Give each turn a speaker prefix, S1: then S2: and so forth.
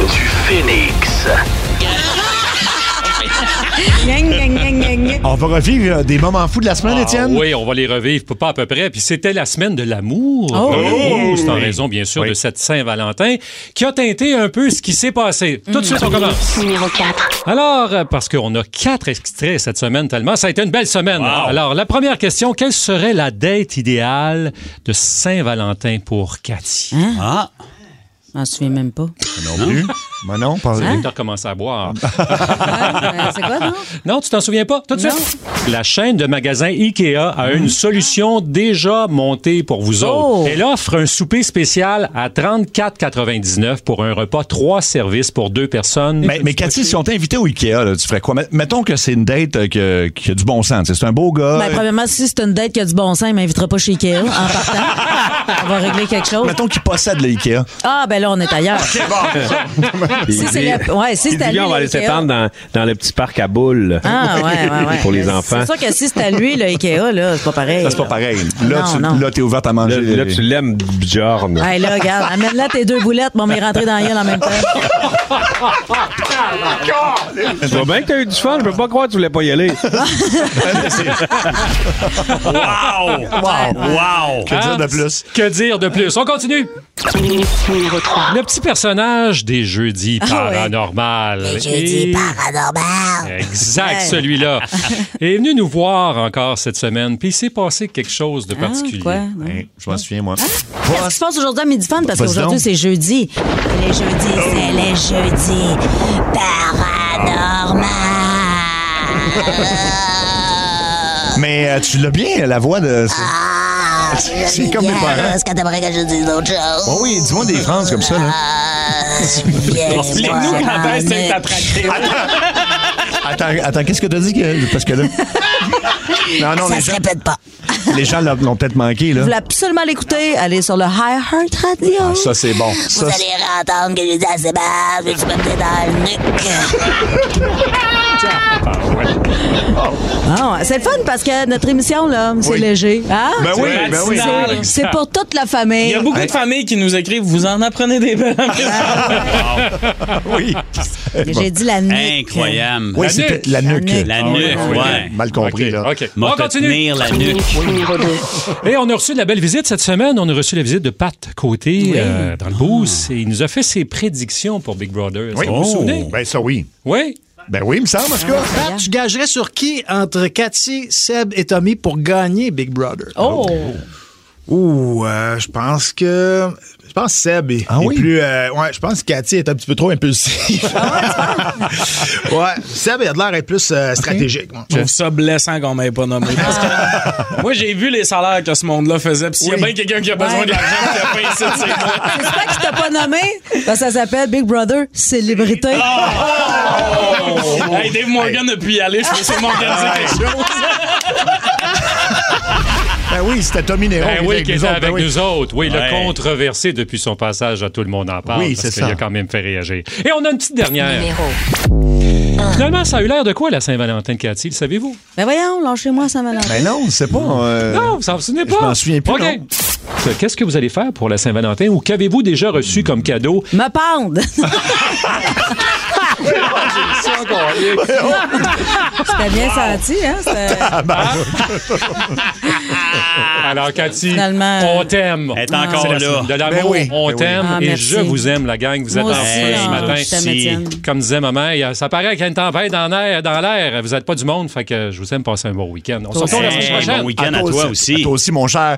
S1: du Phoenix.
S2: Gang, gang, gang, gang, gang.
S3: On va revivre euh, des moments fous de la semaine,
S4: Ah
S3: Étienne.
S4: oui, on va les revivre, pas à peu près. Puis c'était la semaine de l'amour.
S2: Oh.
S4: Dans l'amour, C'est en raison, bien sûr,
S3: Oui.
S4: de cette Saint-Valentin qui a teinté un peu ce qui s'est passé. Tout de suite, on commence.
S5: Numéro 4.
S4: Alors, euh, parce qu'on a quatre extraits cette semaine tellement, ça a été une belle semaine. Alors, la première question, quelle serait la date idéale de Saint-Valentin pour Cathy?
S2: Hein?
S6: Ah,
S2: Je m'en souviens même pas.
S3: Non plus.
S6: Ben
S3: Mais non, pas-
S7: Ah,
S4: Tu as commencé à boire.
S2: Ah, euh, c'est quoi, non?
S4: Non, tu t'en souviens pas? Tout de
S2: Non. Mmh.
S4: suite. La chaîne de magasins IKEA a une solution déjà montée pour vous
S2: Oh.
S4: autres. Elle offre un souper spécial à 34,99 pour un repas trois services pour deux personnes.
S6: mais, mais Cathy, si on t'invitait au Ikea, là, tu ferais quoi? Met- Mettons que c'est une date euh, que- qui a du bon sens. tu sais, C'est un beau gars. Euh,
S2: Ben, premièrement, si c'est une date qui a du bon sens, il m'invitera pas chez Ikea en partant. On va régler quelque chose.
S6: Mettons qu'il possède le Ikea.
S2: Ah, ben là, on est ailleurs. Si c'est la- ouais, si c'est à lui,
S8: on va
S2: le
S8: aller
S2: Ikea.
S8: s'étendre dans, dans le petit parc à boules.
S2: Ah, ouais, ouais, ouais.
S8: Pour les
S2: C'est-
S8: enfants.
S2: C'est sûr que si c'est à lui, le Ikea, là, c'est pas pareil.
S6: Ça, c'est pas
S2: là.
S6: pareil. Là,
S2: Non,
S6: tu
S2: non.
S6: là, t'es ouverte à
S8: Là,
S6: manger.
S8: là, tu l'aimes, Bjorn.
S2: Hey, là, regarde, amène-là tes deux boulettes, mais on va les rentrer dans la gueule en même temps.
S8: Tu vois bien que t'as eu du fun. Je peux pas croire que tu voulais pas y aller.
S6: Wow! Wow! Que dire de
S7: Ah,
S6: plus?
S4: Que dire de plus? On continue.
S5: Numéro 3.
S4: Le petit personnage des jeudis
S2: Ah ouais.
S4: paranormal. Et-
S2: paranormal.
S4: Exact,
S2: Ouais.
S4: celui-là. est venu nous voir encore cette semaine, puis il s'est passé quelque chose de particulier.
S2: Hein? Quoi? non?
S6: Hey, je m'en
S7: Ah.
S6: souviens, moi.
S2: Qu'est-ce qui se passe aujourd'hui à Midi Fun? Parce
S6: Vas-y donc.
S2: qu'aujourd'hui, c'est jeudi. Les jeudis, c'est les jeudis paranormal.
S6: Mais euh, tu l'as bien, la voix de. c'est- C'est comme mes parents.
S7: Est-ce que Ah, t'aimerais que je dise d'autres choses?
S6: Oh oui, dis-moi des phrases comme ça, là. Attends, attends qu'est-ce que t'as dit? Que... Parce que là. Non, non, les gens,
S7: répète pas.
S6: les gens l'ont- l'ont peut-être manqué, là.
S2: Vous voulez absolument l'écouter, allez sur le High Heart Radio.
S6: Ah, ça, c'est bon.
S7: Vous
S6: Ça, c'est-
S7: allez entendre que je dis assez bas, je vais me dans le nuque.
S2: Ah ouais, c'est le fun parce que notre émission, là, c'est léger. Hein?
S6: Ben oui,
S2: C'est-
S6: ben oui.
S2: c'est- C'est pour toute la famille.
S9: Il y a beaucoup de familles qui nous écrivent, vous en apprenez des belles.
S6: oui.
S2: J'ai dit la nuque.
S6: Bon.
S8: Incroyable.
S6: Oui, c'était la nuque.
S8: La
S6: Ah, oui,
S8: nuque,
S6: oui,
S8: ouais.
S6: Mal compris,
S4: OK,
S6: là.
S4: OK.
S8: M'a
S4: On
S8: fait
S4: continue.
S8: tenir la nuque.
S5: Numéro 2.
S4: Et on a reçu de la belle visite cette semaine. On a reçu la visite de Pat Côté euh, dans le boost. Et il nous a fait ses prédictions pour Big Brother.
S3: Oui.
S4: Vous vous
S6: Oh.
S4: souvenez?
S3: Ben ça, oui.
S4: Oui.
S3: Ben oui, il me semble, en tout cas.
S10: Pat, tu gagerais sur qui entre Cathy, Seb et Tommy pour gagner Big Brother?
S2: Oh!
S10: Ouh, euh, je pense que. Je pense que Seb est,
S6: Ah
S10: est
S6: oui?
S10: plus. euh, ouais, je pense que Cathy est un petit peu trop impulsive.
S7: Ah
S10: ouais, Seb il a de l'air d'être plus euh, stratégique. moi.
S9: Je trouve
S6: Ben
S9: ça blessant qu'on m'ait pas nommé. Parce que moi, j'ai vu les salaires que ce monde-là faisait. Puis s'il y a bien quelqu'un qui a besoin
S2: Ouais.
S9: de l'argent, qui a pas ici, c'est moi.
S2: J'espère Ah, que je t'ai pas nommé. Ben, ça s'appelle Big Brother Célébrité.
S9: Ah!
S6: Oh.
S9: Hey, Dave Morgan ne peut y aller. Je peux sûrement organiser quelque chose.
S3: Ben oui, c'était Tommy Néron.
S4: Ben
S3: qui
S4: oui,
S3: était
S4: qui était
S3: nous autres,
S4: avec
S3: ben oui.
S4: nous autres. Oui, le
S8: Ouais.
S4: controversé depuis son passage à Tout le monde en parle.
S3: Oui,
S4: parce
S3: c'est
S4: qu'il
S3: ça.
S4: a quand même fait réagir. Et on a une petite dernière.
S5: Numéro
S4: Finalement, ça a eu l'air de quoi, la Saint-Valentin de Cathy? Le savez-vous?
S2: Ben voyons, lâchez-moi ça valentin
S6: Ben non, c'est pas. euh,
S4: Non, vous s'en souvenez pas?
S6: m'en souviens plus,
S4: OK. Euh,
S6: non.
S4: Qu'est-ce que vous allez faire pour la Saint-Valentin ou qu'avez-vous déjà reçu comme cadeau?
S2: Me pendre! C'était bien senti, hein? C'était-
S4: Alors, Cathy,
S2: Finalement,
S4: on t'aime.
S8: Elle est
S2: Ah.
S8: encore
S4: C'est la
S8: là.
S4: semaine De
S6: Ben
S4: l'amour,
S6: oui,
S4: on
S6: ben oui.
S4: t'aime
S2: Ah,
S4: et
S2: merci.
S4: je vous aime, la gang. Vous êtes en
S2: Moi aussi,
S4: feu
S2: là,
S4: ce matin.
S2: je t'aime, Étienne.
S4: Comme disait ma mère, ça paraît qu'il y a une tempête dans l'air. Dans l'air. Vous n'êtes pas du monde, fait que je vous aime passer un bon week-end. On se retrouve la
S8: Hey,
S4: semaine prochaine.
S8: bon week-end à
S6: aussi-
S8: toi aussi.
S6: Toi aussi, mon cher.